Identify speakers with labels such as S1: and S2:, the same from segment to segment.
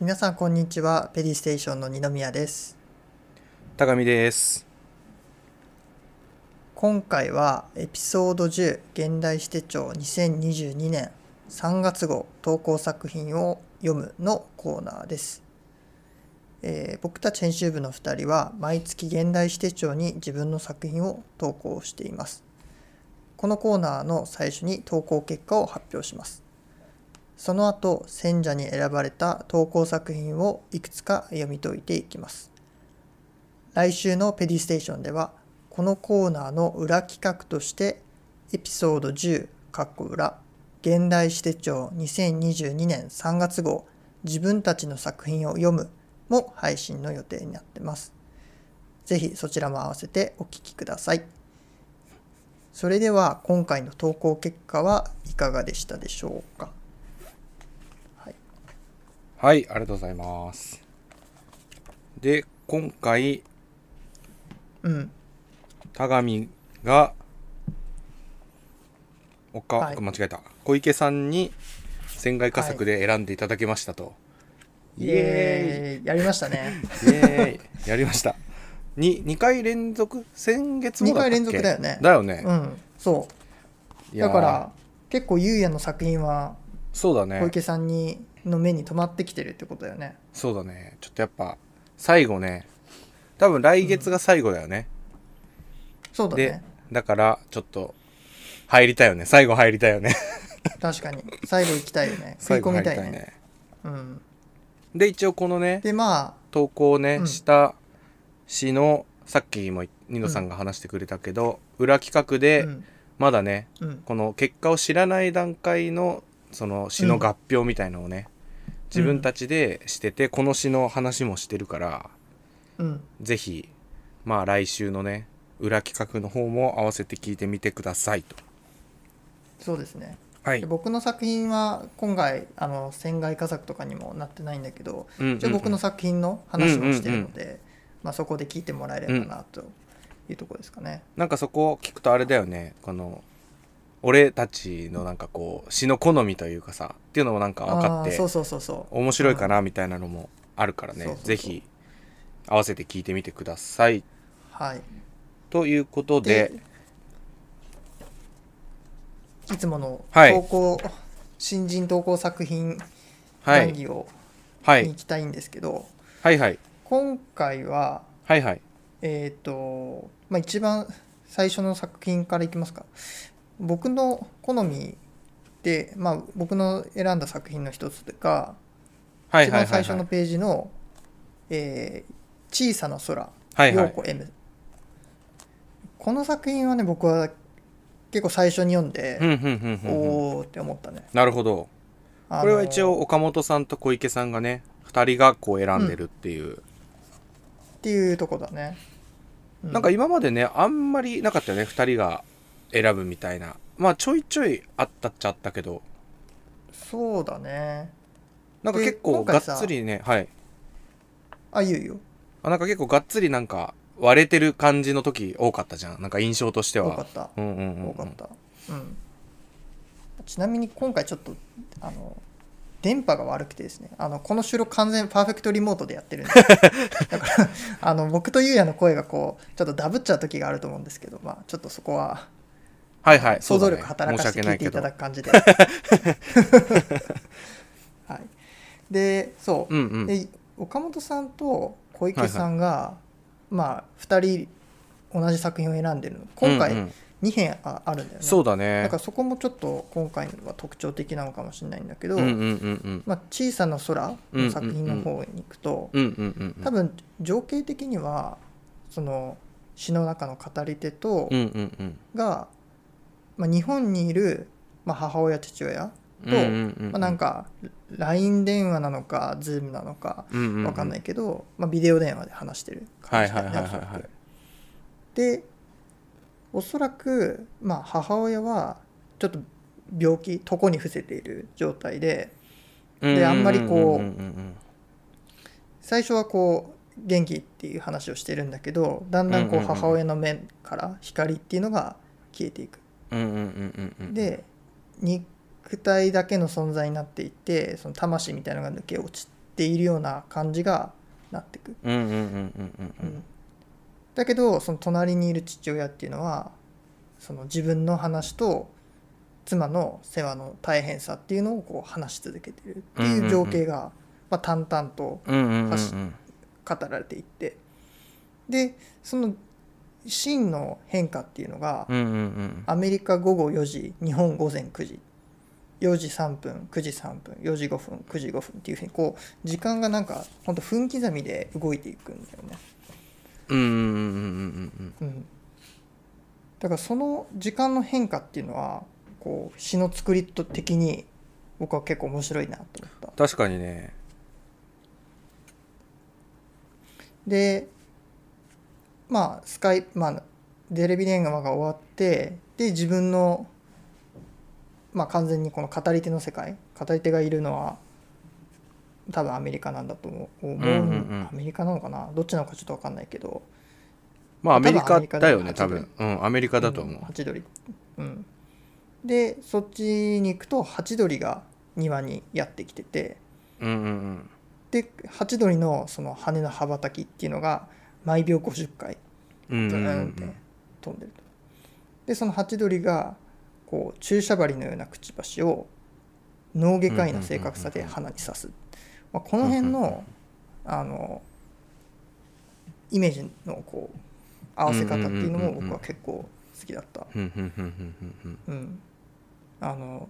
S1: 皆さんこんにちはペリーステーションの二宮です
S2: 高見です。
S1: 今回はエピソード10現代史手帳2022年3月号投稿作品を読むのコーナーです、えー僕たち編集部の2人は毎月現代史手帳に自分の作品を投稿していますこのコーナーの最初に投稿結果を発表しますその後選者に選ばれた投稿作品をいくつか読み解いていきます来週のペディステーションではこのコーナーの裏企画としてエピソード10かっこ裏現代史手帳2022年3月号自分たちの作品を読むも配信の予定になってます。ぜひそちらも合わせてお聞きください。それでは今回の投稿結果はいかがでしたでしょうか。
S2: はい、ありがとうございます。で、今回、
S1: うん、
S2: 田上が、おか、
S1: はい
S2: 間違えた。小池さんに、船外佳作で選んでいただけましたと。イエ
S1: ーイやりました ね。
S2: ーイイエーイ やりました。に、2回連続先月もだったっけ
S1: 二回連続だよね
S2: だよね。
S1: うん、そ。
S2: いうやー
S1: だから、結構ゆうやの作品は
S2: そうだね
S1: 小。池さんにの目に留まってきてるってことだよね。
S2: そうだね。ちょっとやっぱ、最後ね。多分来月が最後だよね。
S1: そうだ
S2: で
S1: ね。、
S2: だから、ちょっと、入りたいよね。最後入りた いよね。
S1: 確かに。最後行きたいよ ね。食い
S2: 最後
S1: 込
S2: 入
S1: み
S2: り
S1: た
S2: た
S1: い
S2: い
S1: ね。
S2: ね。
S1: うん、
S2: で、一応このね、
S1: で、まあ、
S2: 投稿をね、
S1: うん
S2: した詩の、さっきもニノさんが話してくれたけど、裏企画で
S1: う、ん、
S2: まだね、
S1: うん、
S2: この結果を知らない段階の、その詩の合評みたいのをね、自分たちでしてて、この詩の話もしてるから、
S1: うん。
S2: ぜひ、まあ来週のね、裏企画の方も合わせて聞いてみてくださいと。
S1: そうですね。
S2: は
S1: で
S2: い。
S1: 僕の作品は、今回、あの、船外佳作とかにもなってないんだけど、
S2: うんうんうん
S1: 一応僕の作品の話もしてるので、まあ、そこで聞いてもらえればな、というところですかね。
S2: なんかそこを聞くとあれだよねこの俺たちのなんかこう詩の好みというかさっていうのもなんか分かっ
S1: あー
S2: て
S1: そうそうそうそう。
S2: 面白いかなみたいなのもあるからね、
S1: そうそうそう
S2: ぜひ合わせて聞いてみてください
S1: はい。
S2: ということで
S1: いつもの
S2: はい
S1: 投稿、新人投稿作品
S2: は
S1: 談
S2: い
S1: 義を
S2: は
S1: に行
S2: い
S1: きたいんですけど、
S2: はいはい
S1: 今回は、
S2: はいはい
S1: えっ、と、まあ、一番最初の作品からいきますか。僕の好みで、まあ、僕の選んだ作品の一つが、
S2: はい
S1: 一
S2: は
S1: 番
S2: いは
S1: 最
S2: い
S1: 初のページの、えー小さな空、
S2: はいは
S1: 陽
S2: い
S1: 子 M。この作品はね、僕は結構最初に読んで、
S2: うんうんうんうんうん
S1: おーって思ったね。
S2: なるほど
S1: あのー
S2: これは一応岡本さんと小池さんがね2人がこう選んでるっていう、
S1: っていうとこだね。う
S2: なんか今までねあんまりなかったよね2人が選ぶみたいなまあちょいちょいあったっちゃあったけど
S1: そうだね。
S2: なんか
S1: で
S2: 結構
S1: 今
S2: が
S1: 回
S2: っ
S1: さ
S2: つりねはい
S1: あ、言うよ。
S2: あなんか結構がっつりなんか割れてる感じの時多かったじゃんなんか印象として
S1: 多か
S2: は
S1: った。
S2: うんうんうん
S1: 多かった、うん、ちなみに今回ちょっとあの電波が悪くてですねあのこの収録完全パーフェクトリモートでや ってるんでだからあの僕とゆうやの声がこうちょっとダブっちゃう時があると思うんですけど、まあ、ちょっとそこは
S2: はいはい
S1: 想像力
S2: そうだね
S1: 働かせて聞いていただ
S2: 申し
S1: く感じで。 はい、でそう、
S2: 訳ないけどうんうん
S1: で岡本さんと小池さんが、まあ2人同じ作品を選んでるの今
S2: うんう
S1: 回
S2: ん
S1: 2編ああるんだよね、
S2: そうだ
S1: だ
S2: ね
S1: からそこもちょっと今回のは特徴的なのかもしれないんだけど、
S2: うんうんうん
S1: まあ、小さな空の作品の方に行くと、
S2: うんうんうんうん
S1: 多分情景的にはその詩の中の語り手と
S2: うんうんうん
S1: が、まあ、日本にいる、まあ、母親父親、
S2: うんうんうん
S1: まあ、なんか LINE 電話なのか Zoom なのか
S2: うんうんうん
S1: わかんないけど、まあ、ビデオ電話で話してる
S2: は
S1: 感
S2: い
S1: じ
S2: は
S1: だ
S2: い
S1: よ
S2: はい
S1: ね
S2: は
S1: お
S2: い
S1: そらく
S2: はい。
S1: でおそらく、まあ、母親はちょっと病気床に伏せている状態でであんまりこう
S2: うんうんうん
S1: 最初はこう元気っていう話をしてるんだけどだんだんこう
S2: うんうんうん
S1: 母親の目から光っていうのが消えていく。
S2: うんうんうんうんうん
S1: で肉体だけの存在になっていてその魂みたいなのが抜け落ちっているような感じがなってく、
S2: うんうんうんうんうんう
S1: うんんだけどその隣にいる父親っていうのはその自分の話と妻の世話の大変さっていうのをこう話し続けてるっていう情景が、まあ、淡々と
S2: うんうんうん
S1: 走語られていってでそのシーンの変化っていうのが、
S2: うんうん
S1: アメリカ午後4時日本午前9時4時3分9時3分4時5分9時5分っていうふうにこう時間がなんかほんと分刻みで動いていくんだよね。
S2: うんうんうんうんうん
S1: うん、だからその時間の変化っていうのはこう詩の作りと的に僕は結構面白いなと思った。
S2: 確かにね
S1: でまあスカイまあテレビ電話が終わってで自分のまあ完全にこの語り手の世界語り手がいるのは多分アメリカなんだと思う、思う
S2: うんうんうん
S1: アメリカなのかなどっちなのかちょっと分かんないけど
S2: まあアメリ
S1: 多分ア
S2: カ
S1: メリカ
S2: だよね
S1: だ
S2: 多
S1: よね
S2: 分うんアメリカだと思
S1: ん
S2: う
S1: ハチドリうんでそっちに行くとハチドリが庭にやってきてて
S2: うんうん
S1: でハチドリのその羽の羽ばたきっていうのが毎秒50回
S2: うんうんう
S1: ド
S2: んう
S1: ーンっ
S2: ん
S1: て飛んでると。でそのハチドリがこう注射針のようなくちばしを脳外科医の正確さで鼻に刺す、まあ、この辺のあのイメージのこう合わせ方っていうのも僕は結構好きだった。
S2: うんうんうんうんうん
S1: うん、あの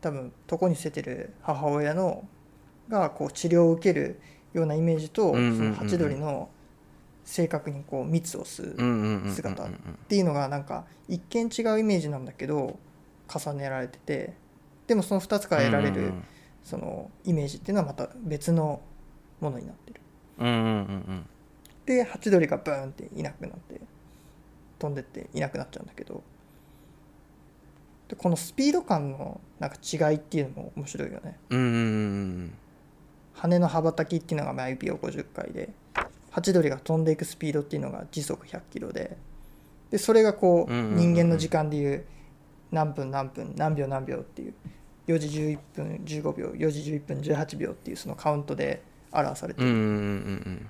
S1: 多分床に捨ててる母親のがこう治療を受けるようなイメージと、
S2: うんうんうんうん
S1: そのハチドリの正確にこう蜜を吸う。
S2: うんうんうんうん
S1: 姿っていうのがなんか一見違うイメージなんだけど重ねられててでもその2つから得られるそのイメージっていうのはまた別のものになってる
S2: うんうんうんうん
S1: でハチドリがブーンっていなくなって飛んでっていなくなっちゃうんだけどでこのスピード感のなんか違いっていうのも面白いよね
S2: うんうんうん
S1: 羽の羽ばたきっていうのが毎秒50回でハチドリが飛んでいくスピードっていうのが時速100キロででそれがこう
S2: うんうんうんうん
S1: 人間の時間でいう何分何分何秒何秒っていう4時11分15秒4時11分18秒っていうそのカウントで表されて
S2: うんうんうんうんうん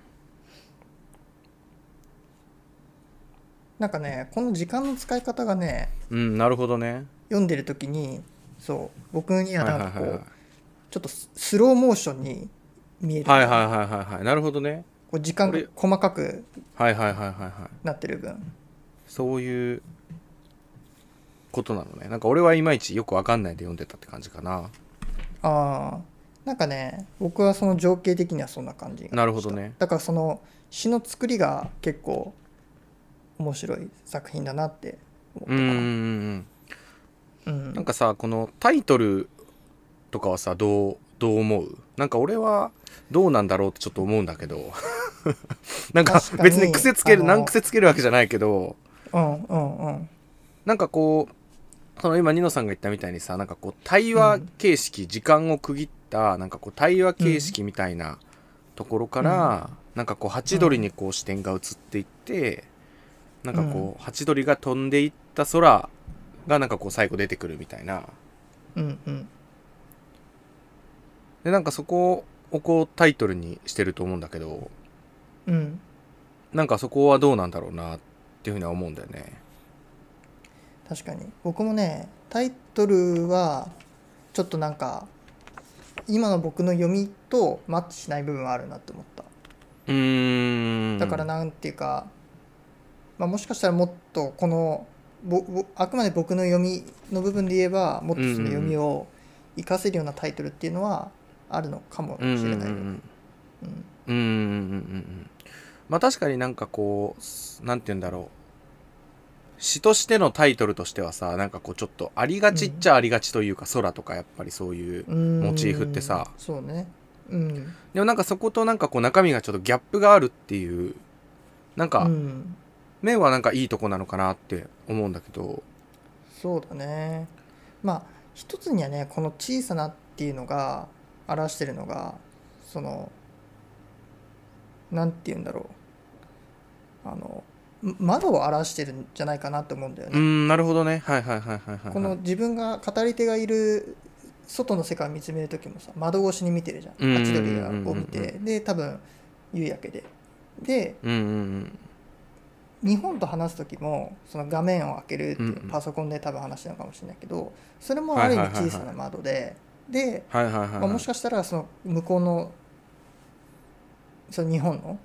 S1: なんかねこの時間の使い方がね
S2: うんうんなるほどね
S1: 読んでる時にそう僕にはなんかこ
S2: はいはいう
S1: ちょっとススローモーションに見える、
S2: はいはいはいはいはいなるほどね
S1: こう時間が細かく
S2: はいはいはいはいはい
S1: なってる分
S2: そういうことなのねなんか俺はいまいちよくわかんないで読んでたって感じかな
S1: ああなんかね僕はその情景的にはそんな感じが
S2: なるほどね
S1: だからその詩の作りが結構面白い作品だなって思
S2: うんうんうん
S1: う
S2: うん
S1: ん
S2: なんかさこのタイトルとかはさどうどう思うなんか俺はどうなんだろうってちょっと思うんだけど なんか
S1: 確かに
S2: 別に癖つける
S1: あの
S2: 何癖つけるわけじゃないけど
S1: うんうんうん
S2: なんかこうその今ニノさんが言ったみたいにさなんかこう対話形式、時間を区切ったなんかこう対話形式みたいなところから、なんかこうハチドリにこう視点が移っていって、なんかこうハチドリが飛んでいった空がなんかこう最後出てくるみたいな
S1: うんうん
S2: でなんかそこをこうタイトルにしてると思うんだけど
S1: うん
S2: なんかそこはどうなんだろうなっていうふうには思うんだよね。
S1: 確かに僕もねタイトルはちょっとなんか今の僕の読みとマッチしない部分はあるなって思った
S2: うーん
S1: だからなんていうか、まあ、もしかしたらもっとこのぼぼあくまで僕の読みの部分で言えばもっとその読みを活かせるようなタイトルっていうのはあるのかもし
S2: うんうんう
S1: れ
S2: ん
S1: な
S2: う
S1: いよ。
S2: ん
S1: うん
S2: うんうんうんうんまあ確かになんかこうすなんて言うんだろう詩としてのタイトルとしてはさなんかこうちょっとありがちっちゃありがちというか、空とかやっぱりそういう
S1: うん
S2: モチーフってさ
S1: そうね、うん
S2: でもなんかそことなんかこう中身がちょっとギャップがあるっていうなん
S1: う
S2: か
S1: ん、
S2: 面はなんかいいとこなのかなって思うんだけど
S1: そうだねまあ一つにはねこの「小さな」っていうのが表してるのがそのなんて言うんだろうあのま窓を表してるんじゃないかなと思うんだよね
S2: う。んなるほどねはいはいはいはいはいはい
S1: この自分が語り手がいる外の世界を見つめる時もさ窓越しに見てるじゃん
S2: うんうんうん
S1: ハチド
S2: うん
S1: リ
S2: うんうん
S1: を見てで多分夕焼けでで
S2: うんうん
S1: 日本と話す時もその画面を開けるってい
S2: うんうん
S1: うパソコンで多分話してるのかもしれないけどそれもある意味小さな窓でで、
S2: はいはいはい、はい
S1: まあ、もしかしたらその向こうのその日本の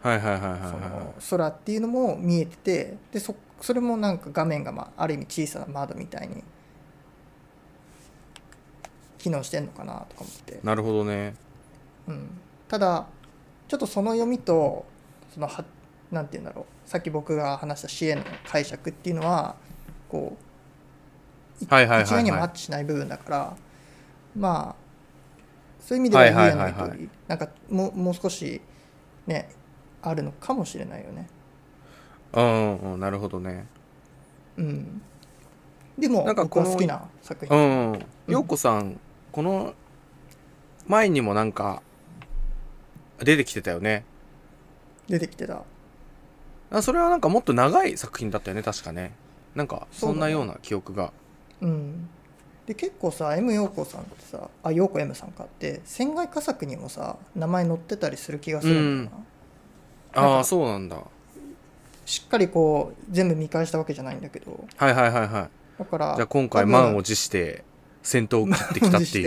S2: はいはいはいはい
S1: そ
S2: は
S1: の空っていうのも見えててでそそれもなんか画面が、まあ、ある意味小さな窓みたいに機能してんのかなとか思って
S2: い、なるほどね
S1: うん、ただちょっとその読みとそのはなんて言うんだろうさっき僕が話した支援の解釈っていうのはこうい
S2: はいはいはいはい
S1: 一概にはマッチしない部分だからまあそういう意味では
S2: はい
S1: 言
S2: は
S1: え
S2: い
S1: な
S2: はいいはい
S1: といなんかもうもう少しねあるのかもしれないよね。
S2: うん、うん、なるほどね
S1: うん、でも
S2: なんか
S1: 僕は
S2: この
S1: 好きな作
S2: う
S1: 品。
S2: ん陽子さんこの前にもなんか出てきてたよね
S1: 出てきてた。
S2: あそれはなんかもっと長い作品だったよね確かねなんかそんなような記憶が
S1: うん、で結構さ M 陽子さんってさあ陽子 M さんかって船外佳作にもさ名前載ってたりする気がするんだよな、なんか
S2: ああーそうなんだは
S1: しっかりこう全部見返したわけじゃないんだけど
S2: いはいはいはい
S1: だから
S2: じゃあ今回
S1: 多分
S2: 満を持して戦闘を切ってきたってい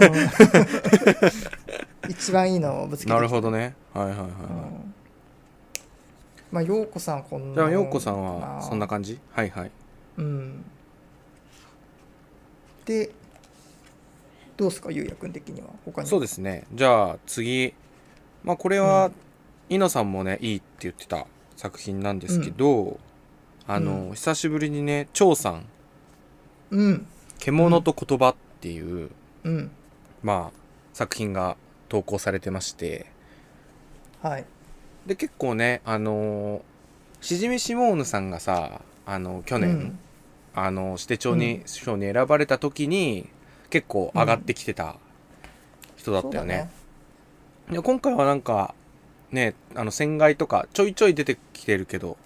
S1: 満を
S2: う
S1: うん 一番いいのをぶつけてきた
S2: なるほどねはいはいはい、
S1: う
S2: はい
S1: んまあ陽子さんこんな
S2: じゃあ陽子さん
S1: か
S2: はそんな感じはいはい
S1: うんでどうすかゆうやくん的には他に
S2: そうですねじゃあ次まあこれ
S1: う
S2: は
S1: ん
S2: イノさんもねいいって言ってた作品なんですけど、あの、
S1: う
S2: 久しぶりにね張さん
S1: うん
S2: 「獣と言葉」っていう、
S1: うん
S2: まあ作品が投稿されてまして
S1: はい
S2: で結構ねあのしじみシモーヌさんがさあの去年、
S1: うん
S2: あの指定長
S1: う
S2: に、
S1: ん
S2: 賞に選ばれた時に結構上がってきてた人だったよね。で今回はなんかねあの船外とかちょいちょい出てきてるけど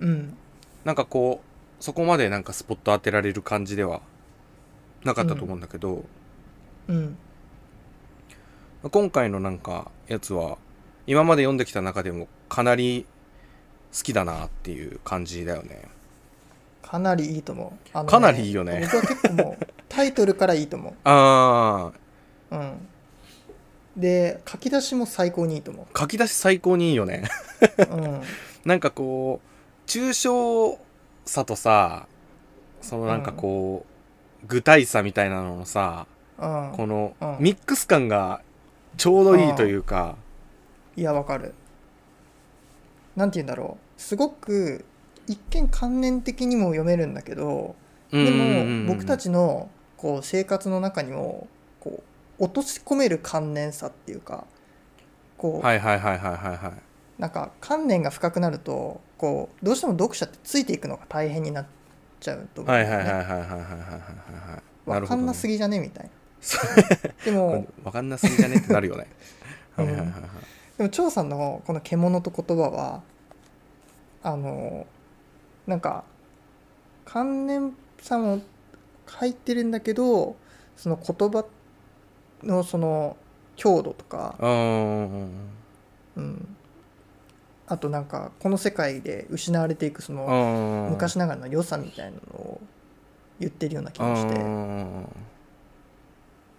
S1: そうだねうん
S2: なんかこうそこまでなんかスポット当てられる感じではなかったと思うんだけど、
S1: うん
S2: 今回のなんかやつは今まで読んできた中でもかなり好きだなっていう感じだよね。
S1: かなりいいと思うあのね
S2: かなりいいよね
S1: 僕は結構もうタイトルからいいと思
S2: あ
S1: ううんで書き出しも最高にいいと思
S2: ー書き出し最高にいいよね。
S1: う、うん、
S2: なんかこう抽象さとさそのなんかこう、具体さみたいなののさ
S1: うん
S2: この
S1: うん
S2: ミックス感がちょうどいいというか、
S1: いやわかるなんて言うんだろうすごく一見観念的にも読めるんだけど
S2: う
S1: で
S2: んうんうんうん
S1: も僕たちのこう生活の中にもこう落とし込める観念さっていうかこう、
S2: はいはいはいはいはいはい
S1: なんか観念が深くなるとこうどうしても読者ってついていくのが大変になっちゃうと思う
S2: は
S1: ん
S2: い
S1: だ
S2: はい
S1: よ
S2: はい
S1: ね、
S2: はいはいはいはいはいな
S1: 分
S2: る
S1: か
S2: ほど、
S1: ん
S2: ね
S1: な、すぎじゃねみたいな で
S2: わ
S1: も
S2: わかんなすぎじゃねってなるよね
S1: う
S2: は
S1: ん
S2: いはいはいはい
S1: でも張さんのこの「獣と言葉は」あのなんか観念さも入ってるんだけどその言葉のその強度とか、
S2: うんうんうん
S1: うん、あとなんかこの世界で失われていくその、
S2: うんうん
S1: 昔ながらの良さみたいなのを言ってるような気
S2: う
S1: が
S2: んう
S1: し
S2: ん
S1: て、
S2: うんうん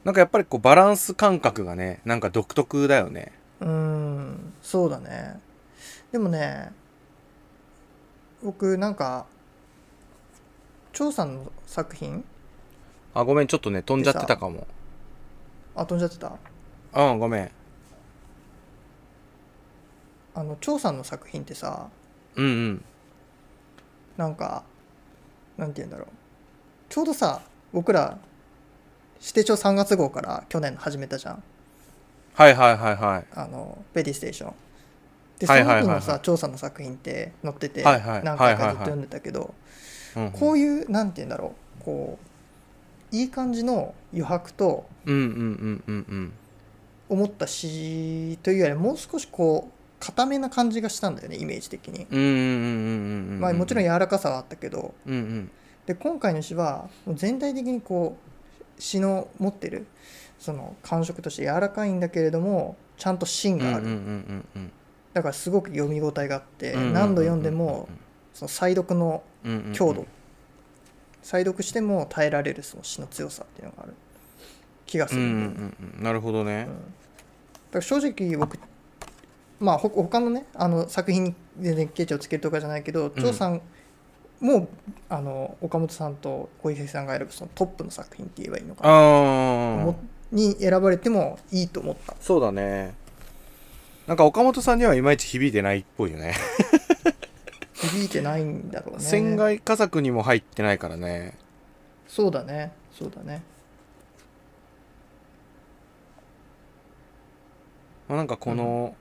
S2: なんかやっぱりこうバランス感覚がねなんか独特だよね
S1: うーんそうだねでもね僕なんか張さんの作品
S2: あごめんちょっとね飛んじゃってたかも
S1: あ飛んじゃってた
S2: うんごめん
S1: あの張さんの作品ってさ
S2: うんうん
S1: なんかなんて言うんだろうちょうどさ僕ら指定帳3月号から去年始めたじゃん
S2: はいはいはいはい
S1: あのベリーステーションでそ
S2: は
S1: の
S2: いはいはいは
S1: 時の
S2: い
S1: さ張さんの作品って載ってて
S2: はいはい
S1: 何
S2: はい
S1: 回
S2: は
S1: かずっ
S2: いはい
S1: と読んでたけど、
S2: うんうん
S1: こういうなんて言うんだろうこういい感じの余白と
S2: うんうんうんうんうん
S1: 思った詩というよりもう少しこう固めな感じがしたんだよねイメージ的に、
S2: うんうんうんうんうんうん
S1: まあ、もちろん柔らかさはあったけど
S2: うんうん
S1: で今回の詩はもう全体的にこう詩の持ってるその感触として柔らかいんだけれどもちゃんと芯がある、
S2: うんうんうん
S1: だからすごく読み応えがあって、
S2: うん
S1: 何度読んでもその再読の
S2: うんうんうんうん
S1: 強度、再読しても耐えられるその詩の強さっていうのがある気がす
S2: うん
S1: る、
S2: うん
S1: で
S2: うんうんなるほどね
S1: だから正直僕まあほ他のねあの作品に全然ケチをつけるとかじゃないけど張さんもうあの岡本さんと小池さんが選ぶそのトップの作品って言えばいいのか
S2: あ
S1: な
S2: あ
S1: もに選ばれてもいいと思った
S2: そうだねなんか岡本さんにはいまいち響いてないっぽいよね
S1: 響いてないんだろうね
S2: 船外佳作にも入ってないからね
S1: そうだねそうだね
S2: まあ、なんかこの、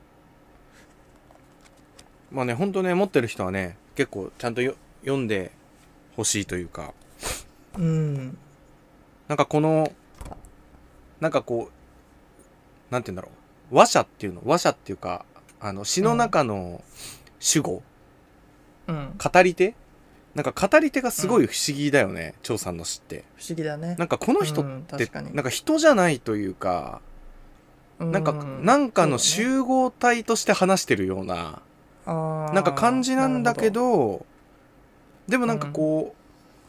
S2: まあね本当ね持ってる人はね結構ちゃんとよ読んでほしいというか
S1: うん
S2: なんかこのなんかこうなんて言うんだろう話者っていうの話者っていうかあの詩の中の主語、
S1: うん
S2: 語り手なんか語り手がすごい不思議だよね張、さんの詩って
S1: 不思議だね
S2: なんかこの人っ
S1: うん
S2: て
S1: 確、かに
S2: なんか人じゃないというか、なんかなんかの集合体として話してるような
S1: な
S2: なんか感じなんだけどでもなんかこ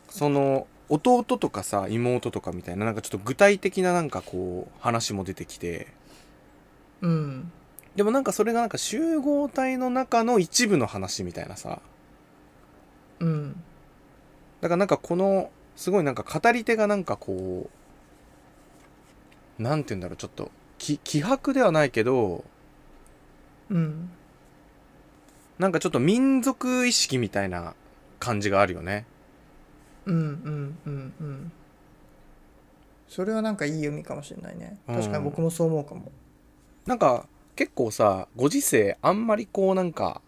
S2: う、その弟とかさ妹とかみたいななんかちょっと具体的ななんかこう話も出てきて
S1: うん
S2: でもなんかそれがなんか集合体の中の一部の話みたいなさ
S1: うん
S2: だからなんかこのすごいなんか語り手がなんかこうなんて言うんだろうちょっとき気迫ではないけど
S1: うん
S2: なんかちょっと民族意識みたいな感じがあるよね。
S1: うんうんうんうんそれはなんかいい読みかもしれないね
S2: うん
S1: 確かに僕もそう思うかも
S2: なんか結構さご時世あんまりこうなんか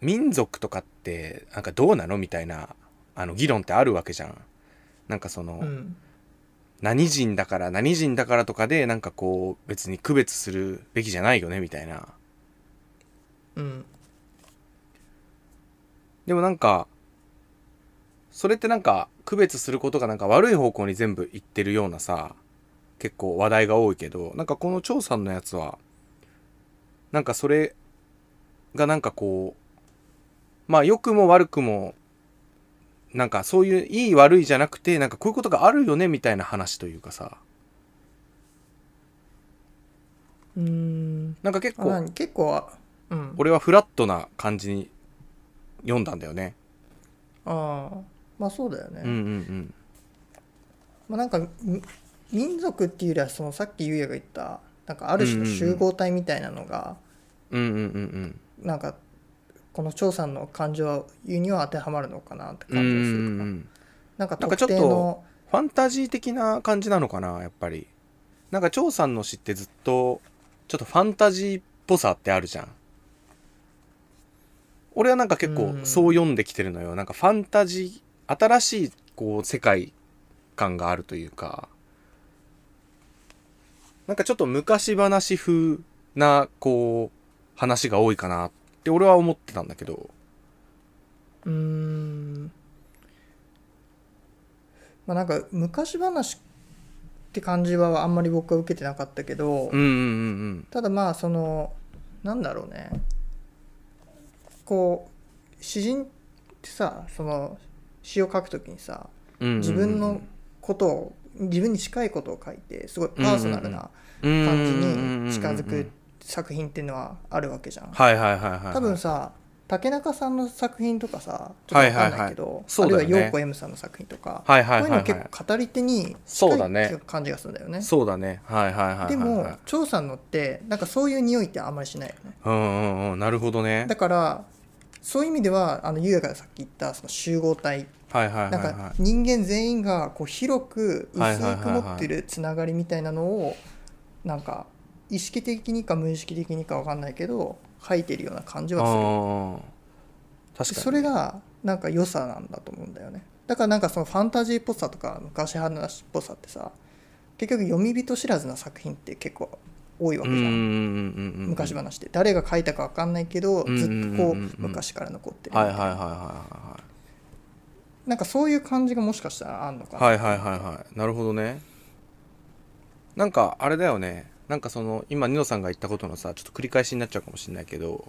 S2: 民族とかってなんかどうなのみたいなあの議論ってあるわけじゃん。なんかその、
S1: うん
S2: 何人だから何人だからとかでなんかこう別に区別するべきじゃないよねみたいな。
S1: うん
S2: でもなんかそれってなんか区別することがなんか悪い方向に全部いってるようなさ結構話題が多いけどなんかこの張さんのやつはなんかそれがなんかこうまあ良くも悪くもなんかそういういい悪いじゃなくてなんかこういうことがあるよねみたいな話というかさ
S1: うーん
S2: なんか結
S1: あな
S2: 構
S1: に結構あうん
S2: 俺はフラットな感じに読んだんだよね。
S1: ああまあそうだよね、
S2: うんうんうん。
S1: まあ、なんかみ民族っていうよりはそのさっきゆうやが言ったなんかある種の集合体みたいなのが
S2: うんうんうん
S1: なんかこの張さんの感情を言うには当てはまるのかなって
S2: うん。うんう
S1: 感じがするか
S2: んう
S1: ら
S2: ん。
S1: なんか
S2: なんかちょ
S1: 特
S2: っ
S1: 定
S2: と
S1: の
S2: ファンタジー的な感じなのかなやっぱりなんか張さんの詩ってずっとちょっとファンタジーっぽさってあるじゃん俺はなんか結構
S1: うん
S2: そう読んできてるのよ、なんかファンタジー新しいこう世界感があるというかなんかちょっと昔話風なこう話が多いかなって俺は思ってたんだけど
S1: うーんまあなんか昔話って感じはあんまり僕は受けてなかったけど、
S2: うんうんうん
S1: ただまあそのなんだろうねこう詩人ってさその詩を書くときにさ
S2: うんうんうん
S1: 自分のことを自分に近いことを書いてすごいパーソナルな感
S2: 感
S1: じに近づく作品っていうのはあるわけじゃん。
S2: はいはいはいはいはい
S1: 多分さ竹中さんの作品とかさちょっと分かんないけど、
S2: そうだよね
S1: あるいは陽子 M さんの作品とか、
S2: はいは
S1: こう
S2: いはい
S1: いう
S2: は
S1: の
S2: い
S1: 結構語り手に
S2: そ
S1: 近
S2: うだね
S1: い感じがするんだよね
S2: そうだねはいはいはいはいはい
S1: でも張さんのってなんかそういう匂いってあんまりしないよね
S2: うんうんうんなるほどね
S1: だからそういう意味ではあの優雅がさっき言ったその集合体
S2: はいはいはい
S1: なん
S2: は
S1: か人間全員がこう広く
S2: はいはいは
S1: 薄
S2: い
S1: く
S2: は
S1: 持
S2: い
S1: ってるつながりみたいなのをなんか意識的にか無意識的にか分かんないけど書いてるような感じ
S2: い
S1: はする
S2: うん確かに
S1: それがなんか良さなんだと思うんだよねだからなんかそのファンタジーっぽさとか昔話っぽさってさ結局読み人知らずな作品って結構多いわ
S2: う
S1: け
S2: ん
S1: じ
S2: う
S1: ゃ
S2: ん
S1: ん、
S2: うんうんうん
S1: 昔話って誰が書いたか分かんないけど
S2: うんうんうんうん
S1: ずっとこう昔から残ってる
S2: はいはいはいはいはいはい
S1: なんかそういう感じがもしかしたらあんのかな、
S2: はいはいはいはいなるほどねなんかあれだよねなんかその今ニノさんが言ったことのさちょっと繰り返しになっちゃうかもしれないけど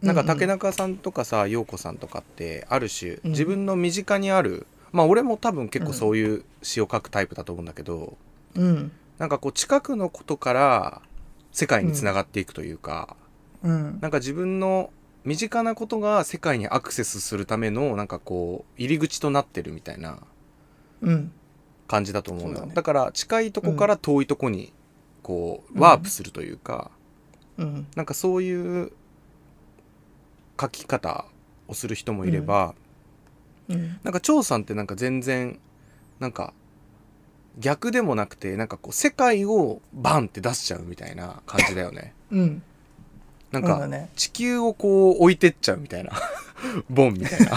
S2: なんか
S1: うんうん
S2: 竹中さんとかさ陽子さんとかってある種
S1: うん
S2: 自分の身近にある、まあ俺も多分結構そういう詩を書くタイプだと思うんだけど、
S1: うん
S2: なんかこう近くのことから世界につながっていくというか、
S1: うん
S2: なんか自分の身近なことが世界にアクセスするためのなんかこう入り口となってるみたいな
S1: うん
S2: 感じだと思うのよ
S1: そうだ
S2: だ,、
S1: ね
S2: から近いとこから遠いとこにこうワープするというか、
S1: うん
S2: なんかそういう書き方をする人もいれ
S1: う
S2: ば、
S1: ん
S2: なんか張さんってなんか全然なんか逆でもなくてなんかこう世界をバンって出しちゃうみたいな感じだ よね
S1: うん
S2: なん
S1: そうだ
S2: か
S1: ね
S2: 地球をこう置いてっちゃうみたいな ボンみたいな
S1: で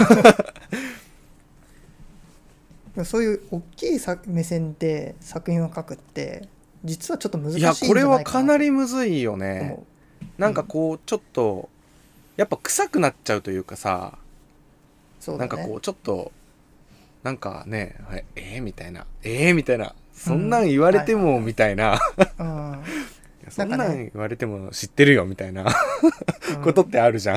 S1: もそういう大きい作目線で作品を書くって実はちょっと難しいん
S2: い
S1: じゃ
S2: や
S1: ないかな
S2: これはかな
S1: り
S2: りむずいよねなんかこうちょっとやっぱ臭くなっちゃうというかさ
S1: そう
S2: な
S1: だ
S2: ん
S1: ね
S2: かこうちょっとなんかねはいえー、みたいなえー、みたいなそんなん言われても、みた いな
S1: うんうん
S2: そん
S1: な
S2: なん
S1: か
S2: ん
S1: ね
S2: 言われても知ってるよみたいなことってあるじゃん。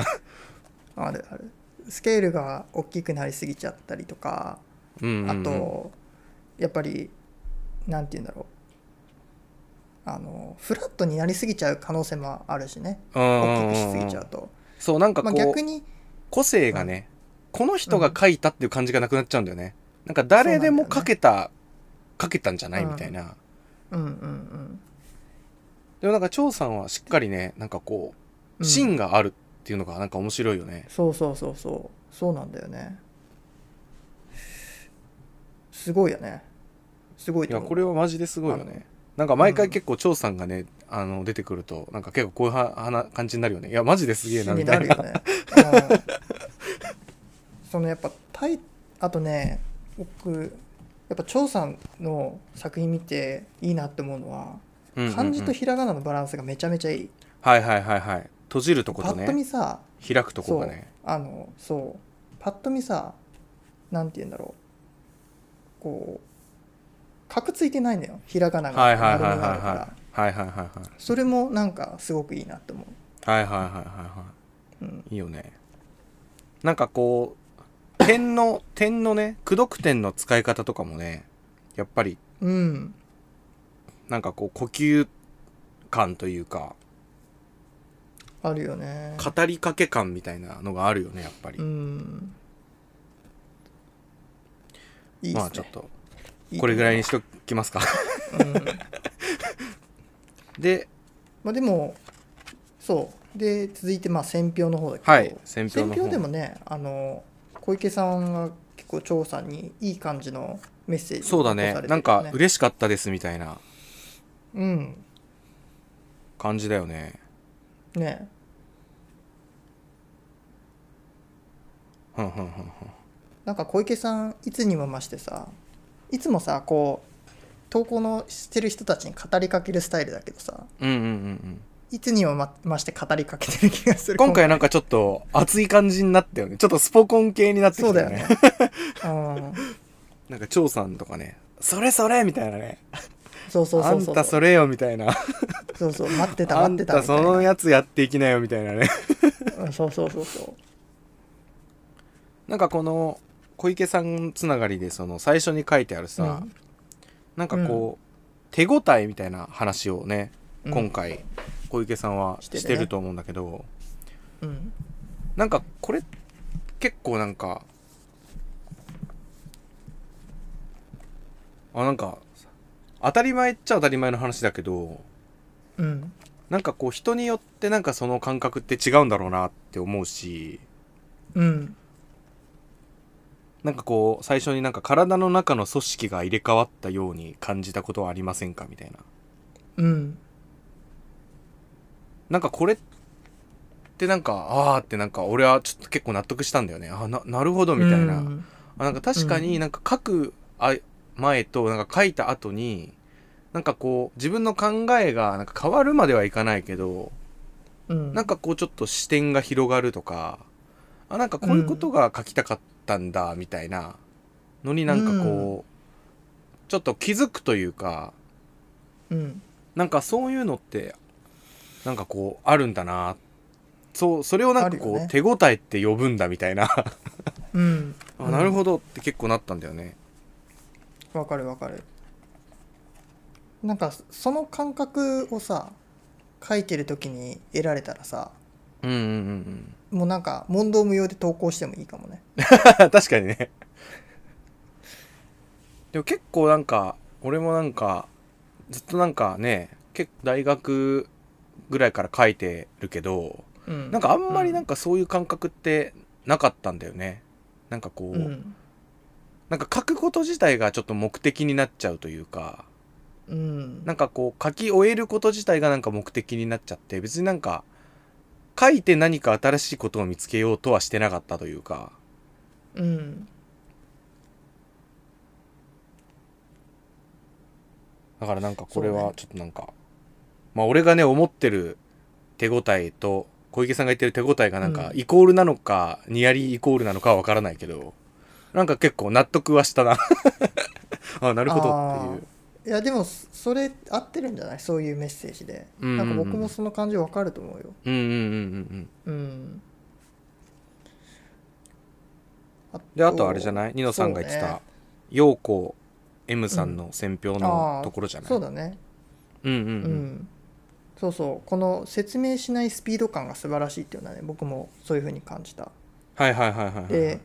S1: あるあるスケールが大きくなりすぎちゃったりとか
S2: うんうん
S1: あ
S2: うん
S1: と、やっぱりなんて言うんだろうあのフラットになりすぎちゃう可能性もあるしね大きくしすぎちゃうと、
S2: そうなんかこ
S1: まあ、
S2: う、
S1: 逆に
S2: 個性がね、この人が書いたっていう感じがなくなっちゃうんだよねなんか誰でも書けた、書けたんじゃない
S1: うん
S2: みたいな
S1: うんうんうん
S2: でもなんか張さんはしっかりねなんかこ
S1: う
S2: うん芯があるっていうのがなんか面白いよね、
S1: そうそうそうそうそうなんだよねすごいよねすごい
S2: い
S1: と
S2: や
S1: 思う
S2: これはマジですごいよねなんか毎回結構張さんがね、あの出てくるとなんか結構こういうははな感じになるよねいやマジですげえな
S1: 気
S2: み
S1: に
S2: た
S1: ないる
S2: な
S1: よねうんそのやっぱタイあとね僕やっぱ張さんの作品見ていいなって思うのは
S2: うんうんうん
S1: 漢字とひらがなのバランスがめちゃめちゃいい、
S2: はいはいはいはい閉じるとこ
S1: パ
S2: と
S1: ッと
S2: ね
S1: 見さ
S2: 開くとこ
S1: そ
S2: が
S1: う
S2: ね
S1: あのそうパッと見さなんて言うんだろうこう角ついてないんだよひらがなが
S2: はいはいはいはい
S1: 丸みがあるから
S2: はいはいはいはいはい
S1: それもなんかすごくいいなって思
S2: はいはいはいはいは
S1: う、うん、
S2: いいいよねなんかこう点の点のね功読点の使い方とかもねやっぱり
S1: うん、
S2: なんかこう呼吸感というか
S1: あるよね
S2: 語りかけ感みたいなのがあるよねやっぱり、
S1: うんいいっすね
S2: まあちょっとこれぐらいにしときますか
S1: うん
S2: で
S1: まあでもそうで続いてまあ選票の方だけど、
S2: はい選票の方
S1: 選でもねあの小池さんが結構張さんにいい感じのメッセージを
S2: そうだね
S1: 残されてる
S2: なんか
S1: ね
S2: 嬉しかったですみたいな
S1: うん
S2: 感じだよね
S1: ね
S2: ふんふんふんふん
S1: なんか小池さんいつにも増してさいつもさこう投稿のしてる人たちに語りかけるスタイルだけどさ
S2: うんうんうんうん
S1: いつにもま増して語りかけてる気がする
S2: 今回なんかちょっと熱い感じになったよねちょっとスポコン系になってきた
S1: そう
S2: よね
S1: だよねうん
S2: なんか張さんとかね「それそれ!」みたいなね
S1: そうそうそう
S2: あ
S1: そ
S2: ん
S1: う
S2: たそれよ」みたいな
S1: そうそう待って
S2: 「
S1: た
S2: あ
S1: 待っ
S2: ん
S1: てた
S2: た
S1: みた
S2: そ
S1: い
S2: の
S1: な
S2: やつやっていきなよ」みたいなね
S1: うんそうそうそうそう
S2: なんかこの小池さんつながりでその最初に書いてあるさ、
S1: うん
S2: なんかこう、手応えみたいな話をね
S1: うん
S2: 今回小池さんは
S1: してるね
S2: してると思うんだけど、
S1: うん
S2: なんかこれ結構なんかあなんか当たり前っちゃ当たり前の話だけど
S1: うん
S2: なんかこう人によってなんかその感覚って違うんだろうなって思うし
S1: うん
S2: なんかこう最初になんか体の中の組織が入れ替わったように感じたことはありませんかみたいな
S1: うん
S2: なんかこれってなんかああーってなんか俺はちょっと結構納得したんだよねあーななるほどみたいな、
S1: うん
S2: あなんか確かになんか書くあ前となんか書いた後になんかこう自分の考えがなんか変わるまではいかないけど
S1: うん
S2: なんかこうちょっと視点が広がるとかあなんかこういうことが書きたかったんだみたいな、のになんかこう、ちょっと気づくというか
S1: うん
S2: なんかそういうのってなんかこうあるんだなそうそれをなんかこう、
S1: あるよね
S2: 手応えって呼ぶんだみたいな
S1: うん
S2: あなるほどって結構なったんだよね。
S1: わかるわかるなんかその感覚をさ書いてる時に得られたらさ
S2: うんうんうんうん、
S1: もうなんか問答無用で投稿してもいいかもね
S2: 確かにねでも結構なんか俺もなんかずっとなんかね結構大学ぐらいから書いてるけど
S1: うん
S2: なんかあんまりなんかそういう感覚ってなかったんだよねなんかこう、
S1: うん
S2: なんか書くこと自体がちょっと目的になっちゃうというか
S1: うん
S2: なんかこう書き終えること自体がなんか目的になっちゃって別になんか書いて何か新しいことを見つけようとはしてなかったというか
S1: うん
S2: だからなんかこれ
S1: そう
S2: は
S1: ね
S2: ちょっとなんか、まあ俺がね思ってる手応えと小池さんが言ってる手応えがなんか
S1: うん
S2: イコールなのか、ニアリーイコールなのかはわからないけどなんか結構納得はしたな あなるほどっていう
S1: いやでもそそれ合ってるんじゃないそういうメッセージで、
S2: うんうんうん
S1: なんか僕もその感じわかると思うよ
S2: うんうんうん
S1: う
S2: うん
S1: んあ
S2: であとあれじゃないニノさんが言ってた陽子 M さんの選票
S1: うんあ
S2: の
S1: ー
S2: ところじゃない、
S1: そうだね
S2: うんうん
S1: う、
S2: うんん
S1: そうそうこの説明しないスピード感が素晴らしいっていうのはね僕もそういう風に感じた
S2: はいはいはいはいはい
S1: で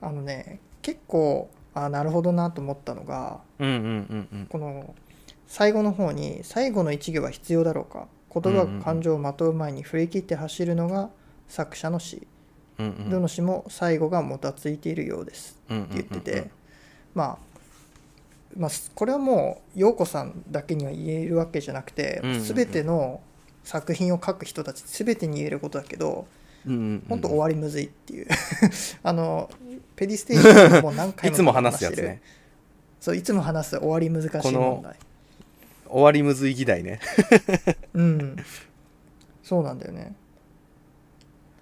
S1: あのね結構あなるほどなと思ったのが
S2: うんうんうんうん
S1: この最後の方に「最後の一行は必要だろうか言葉が感情をまとう前に振り切って走るのが作者の詩、
S2: うんうん
S1: どの詩も最後がもたついているようです」
S2: うんうん
S1: って言ってて、まあまあすこれはもう陽子さんだけには言えるわけじゃなくて、
S2: うんうんうん
S1: 全ての作品を書く人たち全てに言えることだけど
S2: うんうんうん
S1: 本当終わりむずいっていう あのペディステーションでもう何回
S2: い
S1: も
S2: つも話すやつ
S1: してる
S2: ね
S1: そういつも話す終わり難しい問題
S2: 終わりむずい議題ね
S1: うんそうなんだよね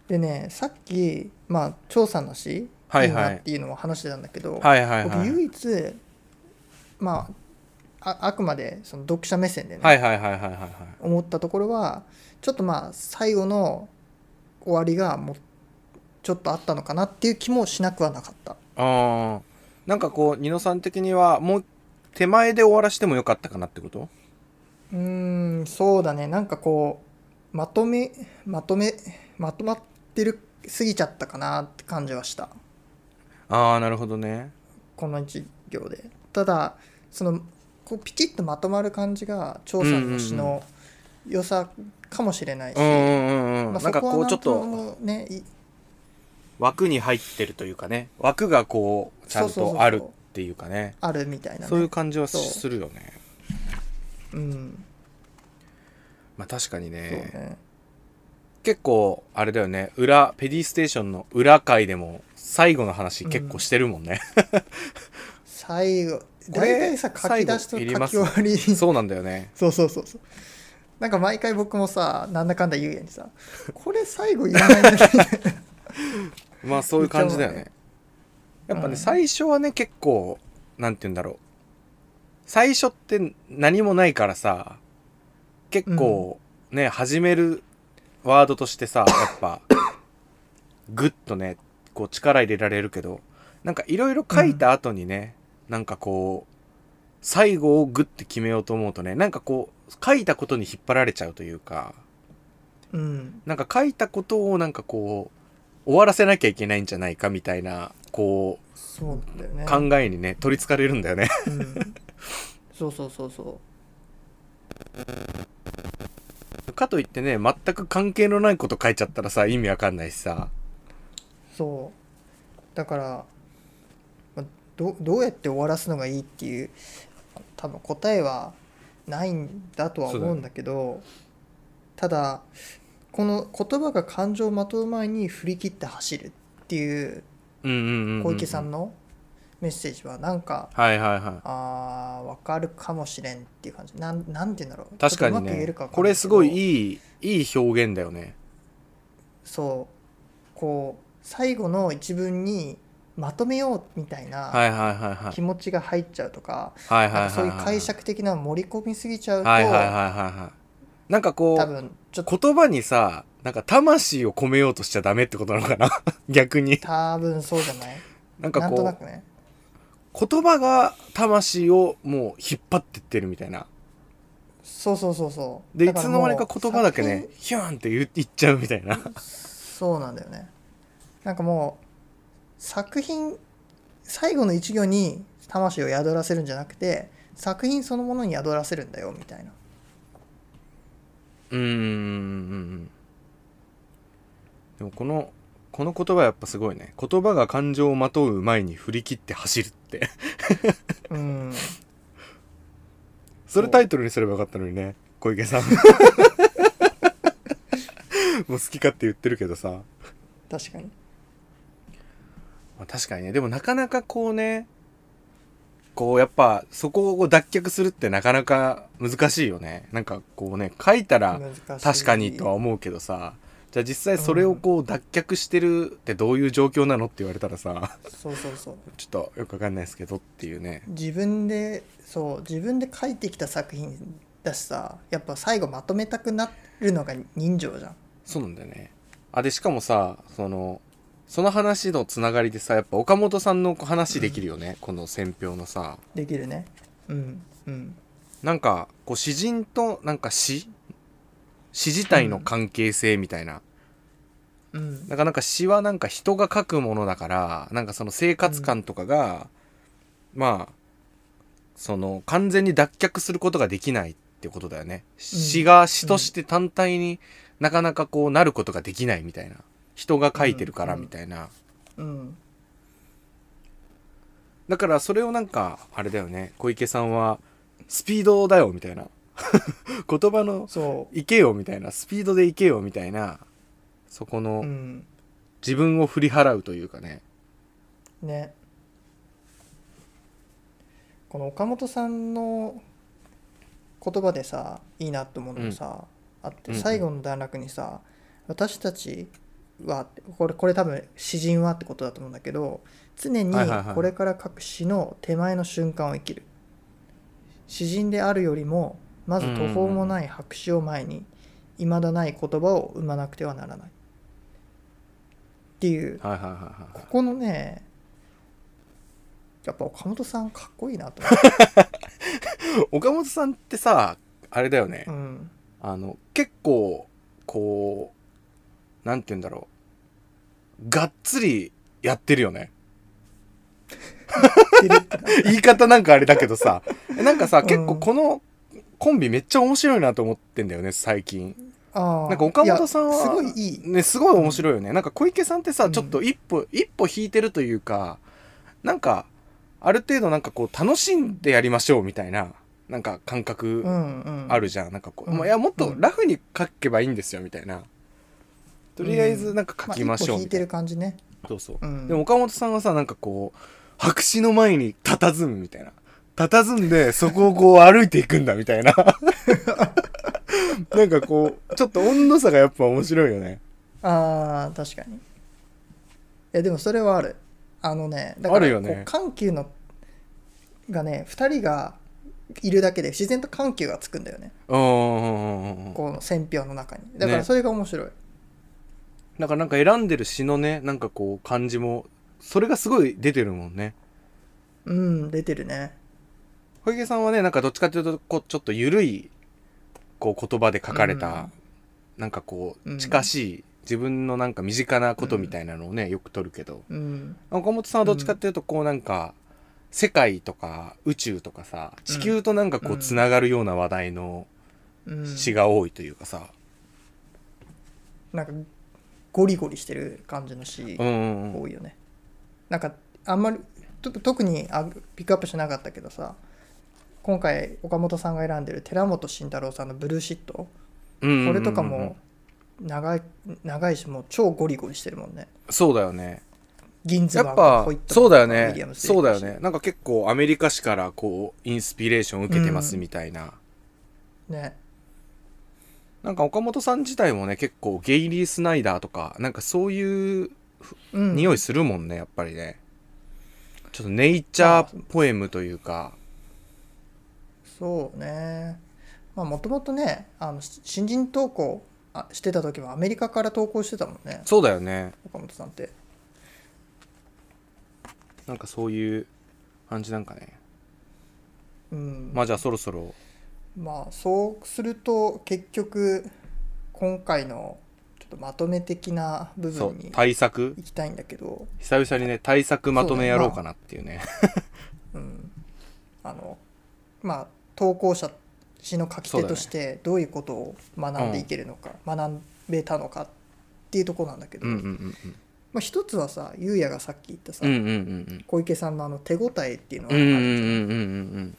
S1: でねさっきまあ張さんの詩、
S2: はい
S1: い
S2: はい
S1: なっていうのを話してたんだけど、
S2: はいはいはい
S1: 僕唯一まあああくまでその読者目線でね、
S2: はいはいはいはいはいはい
S1: 思ったところはちょっとまあ最後の終わりがもうちょっとあったのかなっていう気もしなくはなかった
S2: ああなんかこうニノさん的にはもう手前で終わらしてもよかったかなってこと
S1: うーんそうだねなんかこうまとめまとめまとまってる過ぎちゃったかなって感じはした
S2: ああなるほどね
S1: この一行でただそのこうピチッとまとまる感じが張さんの詩の良さかもしれないし、
S2: うんうんうんうん、
S1: まあ
S2: なんかこうちょっ
S1: そはなん
S2: と
S1: もねい
S2: 枠に入ってるというかね枠がこうちゃ
S1: そう
S2: ん
S1: そうそうそう
S2: とあるっていうかね
S1: あるみたいな、ね、
S2: そういう感じは
S1: そう
S2: するよね
S1: うん
S2: まあ確かに
S1: そう
S2: ね
S1: ね
S2: 結構あれだよね裏ペディステーションの裏回でも最後の話結構してるもんね、
S1: 最後
S2: これ
S1: 大体さ書き出しと
S2: 最後いり
S1: 書
S2: ま
S1: き
S2: す
S1: 終わり
S2: そうなんだよね
S1: そうそうそうそうなんか毎回僕もさなんだかんだ言うやにさこれ最後言わない のに
S2: まあそういう感じだよね
S1: 言っ
S2: やっぱね、
S1: うん
S2: 最初はね結構なんて言うんだろう最初って何もないからさ結構ね、始めるワードと してさやっぱグッとねこう力入れられるけどなんかいろいろ書いた後にね、なんかこう最後をグッて決めようと思うとねなんかこう書いたことに引っ張られちゃうというか
S1: うん
S2: なんか書いたことをなんかこう終わらせなきゃいけないんじゃないかみたいなこう
S1: そうだよね
S2: 考えにね取りつかれるんだよね
S1: うん、そうそうそうそ
S2: かといってね全く関係のないこと書いちゃったらさ意味わかんないしさ
S1: うそうだから、まあ、どどうやって終わらすのがいいっていう多分答えはないんだとは思うんだけどただこの言葉が感情をまとう前に振り切って走るっていう
S2: うんうんうんうん
S1: 小池さんのメッセージはなんか、
S2: はいはいはい
S1: あーわかるかもしれんっていう感じなんなんて言うんだろう
S2: 確か
S1: ちょっと
S2: に
S1: うまく言え
S2: ね
S1: るかわか
S2: こ
S1: んないけ
S2: れす
S1: ど
S2: ごいいいいい表現だよね
S1: そうこう最後の一文にまとめようみたいな
S2: はいはいはいはい
S1: 気持ちが入っちゃうとか、
S2: はいはい
S1: なんか
S2: はい
S1: そういう解釈的なの盛り込みすぎちゃうと、
S2: はいはいはいはいはいなんかこ
S1: 多
S2: う
S1: 分ちょっと
S2: 言葉にさなんか魂を込めようとしちゃダメってことなのかな 逆に
S1: 多分そうじゃない
S2: なん
S1: な
S2: か
S1: んと
S2: こ
S1: な
S2: う
S1: くね
S2: 言葉が魂をもう引っ張ってってるみたいな
S1: そうそうそうそう
S2: でい
S1: だら
S2: つの間にか
S1: もう
S2: 言葉だけね
S1: 作
S2: ヒューンって言う言っちゃうみたいな
S1: 品そうなんだよねなんかもう作品最後の一行に魂を宿らせるんじゃなくて作品そのものに宿らせるんだよみたいな
S2: うーんうんうんでもこのこの言葉やっぱすごいね言葉が感情をまとう前に振り切って走るって
S1: うん
S2: それタイトルにすればよかったのにね小 池さんもう好き勝手言ってるけどさ
S1: 確かに
S2: まあ、確かにねでもなかなかこうねこうやっぱそこを脱却するってなかなか難しいよねなんかこうね書いたら
S1: 難しい
S2: 確かにとは思うけどさじゃあ実際それをこう脱却してるってどういう状況なのって言われたらさ
S1: そうそうそう
S2: ちょっとよくわかんないですけどっていうね
S1: 自分でそう自分で書いてきた作品だしさやっぱ最後まとめたくなるのが人情じゃん
S2: そうなんだよねあでしかもさそのその話のつながりでさやっぱ岡本さんの話できるよね、この選評のさ
S1: できるねうんうん
S2: なんかこう詩人となんか詩詩自体の関係性みたいな、
S1: うん
S2: なんかなんか詩はなんか人が書くものだからなんかその生活感とかが、まあその完全に脱却することができないってことだよね詩が詩として単体になかなかこうなることができないみたいな人が書いてるからみたいな、
S1: うん
S2: だからそれをなんかあれだよね小池さんはスピードだよみたいな 言葉の
S1: そ
S2: 行けよみたいなスピードで行けよみたいなそこ
S1: うう
S2: の
S1: ん
S2: 自分を振り払うというかね
S1: ねこの岡本さんの言葉でさいいなって思うのがさ、あって
S2: うんうん
S1: 最後の段落にさ「私たちは」ってこれこれ多分詩人はってことだと思うんだけど常に
S2: はいはいはい
S1: これから書く詩の手前の瞬間を生きる詩人であるよりもまず途方もない白紙を前にいまだない言葉を生まなくてはならないっていう
S2: はいはいはいは
S1: こ
S2: い
S1: このねやっぱ岡本さんかっこいいなと思 って、
S2: 岡本さんってさあれだよね、
S1: うん、
S2: あの結構こうなんて言うんだろうがっつりやってる よね
S1: てるってな
S2: 言い方なんかあれだけ どさえなんかさ、
S1: うん
S2: 結構このコンビめっちゃ面白いなと思ってんだよね最近
S1: あー
S2: なんか岡本さんはい
S1: やすごいいい、
S2: ねすごい面白いよね、なんか小池さんってさ、
S1: うん
S2: ちょっと一歩一歩引いてるというかなんかある程度なんかこう楽しんでやりましょうみたいななんか感覚
S1: うんうん、
S2: あるじゃん、なんかこう、
S1: うん
S2: まあいやもっと
S1: うん
S2: ラフに書けばいいんですよみたいなとりあえずなんか書きましょう
S1: あ、一歩引
S2: み
S1: い
S2: た
S1: て
S2: いな
S1: る、感じね
S2: そうそう、
S1: うん
S2: でも岡本さんはさなんかこう白紙の前に佇むみたいな佇ん でそこをこう歩いていくんだみ たいななんかこうちょっと温度差がやっぱ面白いよね
S1: あー確かにいやでもそれはあるあのねだ
S2: あ
S1: から
S2: るよね
S1: こう緩急のがね2人がいるだけで自然と緩急がつくんだよね
S2: うんうんうんうんうん
S1: この選票の中にだか
S2: ね
S1: らそれが面白い、
S2: だからなんか選んでる詩のねなんかこう感じもそれがすごい出てるもんね
S1: うん出てるね
S2: 小池さんはねなんかどっちかというとこうちょっと緩いこう言葉で書かれた、
S1: うん
S2: なんかこ
S1: う
S2: うん近しい、自分のなんか身近なことみたいなのをね、よく取るけど
S1: うん
S2: 岡本さんはどっちかっていうとこうなんか、世界とか宇宙とかさ地球となんかこ
S1: う
S2: うんつながるような話題の
S1: うん
S2: 詩が多いというかさ、
S1: なんかゴリゴリしてる感じのし
S2: うんうんうん
S1: 多いよね、なんかあんまりと特にあピックアップしなかったけどさ今回岡本さんが選んでる寺本慎太郎さんの「ブルーシット」
S2: うんうんうんうん
S1: これとかも長い長いしもう超ゴリゴリしてるもんね
S2: そうだよね
S1: 銀ズ
S2: や
S1: バ
S2: っ
S1: ーグ
S2: ぱ
S1: ホイットマンとか
S2: そうだよ
S1: ウィリア
S2: ね
S1: ムス
S2: そうだよねなんか結構アメリカ史からこうインスピレーション受けてますみたいな、
S1: ね
S2: なんか岡本さん自体もね結構ゲイリー・スナイダーとかなんかそういう
S1: うん
S2: 匂いするもんねやっぱりねちょっとネイチャーポエムというか、
S1: そうねまあもともとねあのし新人投稿あしてた時はアメリカから投稿してたもんね
S2: そうだよね
S1: 岡本さんって
S2: なんかそういう感じなんかね
S1: うん
S2: まあじゃあそろそろ
S1: まあそうすると結局今回のちょっとまとめ的な部
S2: そう
S1: 分に
S2: 対策
S1: 行きたいんだけど
S2: 久々にね対策まとめやろうかなっていうね
S1: うん、あのまあ投稿者詩の書き
S2: そう
S1: 手
S2: だね
S1: としてどういうことを学んでいけるのか、学べたのかっていうところなんだけど、
S2: うんうんうんうん
S1: まあ、一つはさゆうやがさっき言ったさ、
S2: うんうんうん
S1: 小池さんのあの手応えっていうの
S2: う
S1: は
S2: んうんうん
S1: ある
S2: うんうんうん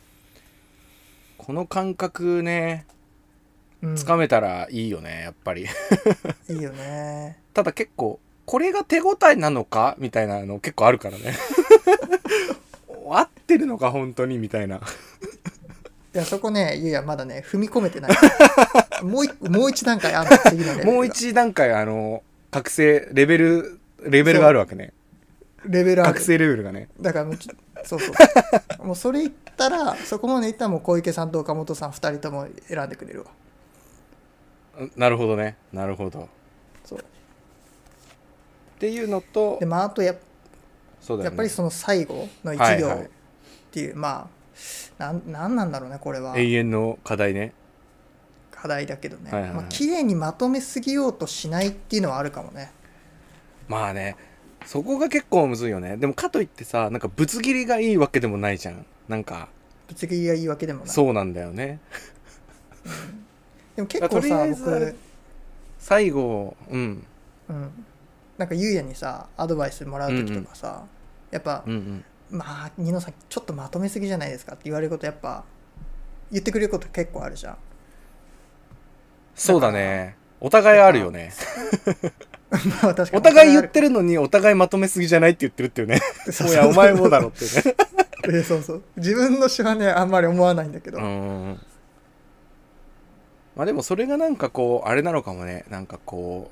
S2: この感覚ね
S1: うん
S2: つかめたらいいよねやっぱり
S1: いいよね
S2: ただ結構これが手応えなのかみたいなの結構あるからね 合ってるのか本当にみたいない
S1: やそこねゆうやまだね踏み込めてない もういもう一段階ある次のレベルが
S2: もう一段階あの覚醒レベルレベルがあるわけね
S1: レベルある
S2: 覚醒レベルがね
S1: だからもうちょそうそう もうそれ言ったらそこまで言ったらもう小池さんと岡本さん2人とも選んでくれるわ
S2: うんなるほどねなるほど
S1: そう
S2: っていうのと
S1: でまああとやっ
S2: そうだよ
S1: やっ
S2: ね
S1: ぱりその最後の
S2: は
S1: 1
S2: い
S1: 行
S2: はい
S1: っていう、まあなんなんなんだろうねこれは
S2: 永遠の課題ね
S1: 課題だけどね、
S2: はいはいはい
S1: まあ綺麗にまとめすぎようとしないっていうのはあるかもね
S2: まあねそこが結構むずいよねでもかといってさなんかぶつ切りがいいわけでもないじゃんなんか
S1: ぶつ切りがいいわけでもない
S2: そうなんだよね
S1: でも結構
S2: とりあ
S1: さ
S2: えずあれ
S1: 僕、
S2: 最後うん
S1: うん、なんかゆうやにさアドバイスもらう時とかさ、やっぱ、
S2: うんうん
S1: まあニノさんちょっとまとめすぎじゃないですかって言われることやっぱ言ってくれること結構あるじゃん
S2: そうだねお互いあるよね
S1: まあ確かに
S2: お互い言ってるのにお互いまとめすぎじゃないって言ってるってい うね
S1: そ
S2: お
S1: うそう
S2: やお前もだろっていうね
S1: え そうそう自分の詩はねあんまり思わないんだけど、
S2: うんうんうんまあでもそれがなんかこうあれなのかもねなんかこう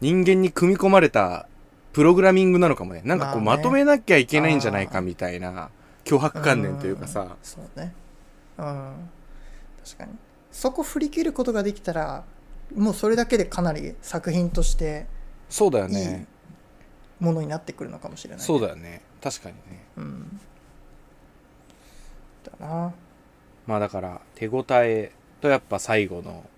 S2: 人間に組み込まれたプログラミングなのかもねなんかこう
S1: まあ
S2: ま
S1: ね
S2: とめなきゃいけないんじゃないかみたいな脅迫観念というかさ、
S1: んそうねうん確かにそこ振り切ることができたらもうそれだけでかなり作品として
S2: そうだよ
S1: いい
S2: ね
S1: ものになってくるのかもしれない
S2: そうだよね確かにね
S1: うんだな
S2: まあだから手応えとやっぱ最後の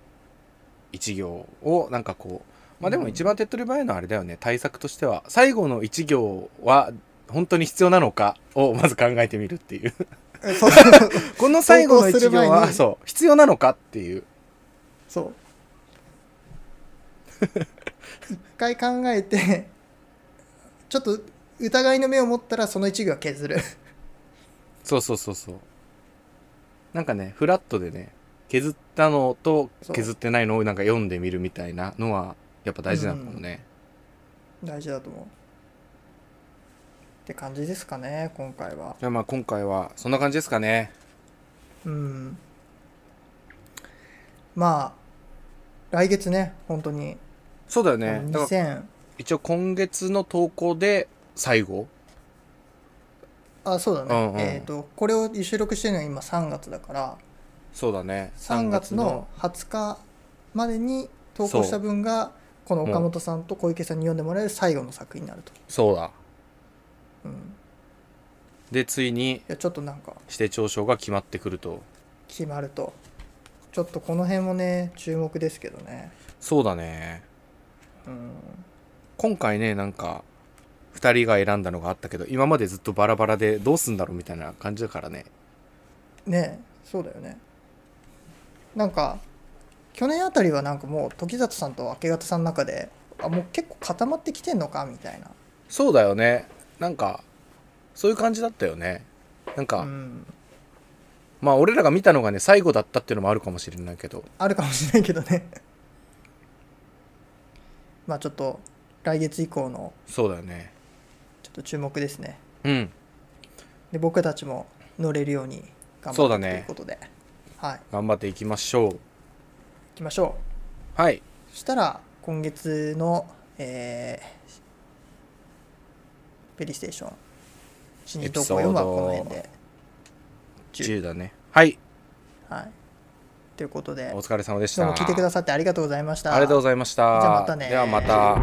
S2: 一行をなんかこうまあでも一番手っ取り早いのはあれだよね対策としては最後の一行は本当に必要なのかをまず考えてみるっていう
S1: えそうそうそう
S2: この最後の一
S1: 投稿
S2: 行
S1: する前
S2: は
S1: に
S2: そう必要なのかっていう
S1: そう一回考えてちょっと疑いの目を持ったらその一行は削る
S2: そうそうそうそうなんかねフラットでね削ったのと
S1: そう
S2: 削ってないのをなんか読んでみるみたいなのはやっぱ大事なのかもね、
S1: 大事だと思うって感じですかね今回は
S2: じゃあまあ今回はそんな感じですかね
S1: うんまあ来月ね本当に、
S2: そうだよ
S1: あ
S2: ね
S1: の
S2: だから
S1: 2000
S2: 一応今月の投稿で最後
S1: あそうだね、
S2: うんうん
S1: えっ、とこれを収録してるのは今3月だから
S2: そうだね
S1: 3月の20日までに投稿した分がこの岡本さんと小池さんに読んでもらえる最後の作品になると、
S2: そうだ
S1: うん、い
S2: でついに
S1: やちょっとなんか
S2: 指定長所が決まってくると
S1: 決まるとちょっとこの辺もね注目ですけどね
S2: そうだね
S1: うん
S2: 今回ねなんか2人が選んだのがあったけど今までずっとバラバラでどうすんだろうみたいな感じだからね
S1: ねえそうだよねなんか去年あたりはなんかもう時里さんと明け方さんの中であもう結構固まってきてんのかみたいな
S2: そうだよねなんかそういう感じだったよねなんか、
S1: うん、
S2: まあ俺らが見たのがね最後だったっていうのもあるかもしれないけど
S1: あるかもしれないけどね まあちょっと来月以降の
S2: そうだよね
S1: ちょっと注目ですね
S2: うん
S1: で僕たちも乗れるように頑
S2: そう
S1: 張
S2: だ
S1: ってと
S2: ね
S1: いうことで、はい
S2: 頑張っていきましょう
S1: 行きましょう
S2: はい
S1: そしたら今月のえーペリステーション死に投稿読むはこの辺で。
S2: 10だねはい
S1: はい。ということで
S2: お、疲れ様でし
S1: どうも
S2: た
S1: 聞いてくださってありがとうございました。
S2: ありがとうございました
S1: じゃあまたね
S2: ではまた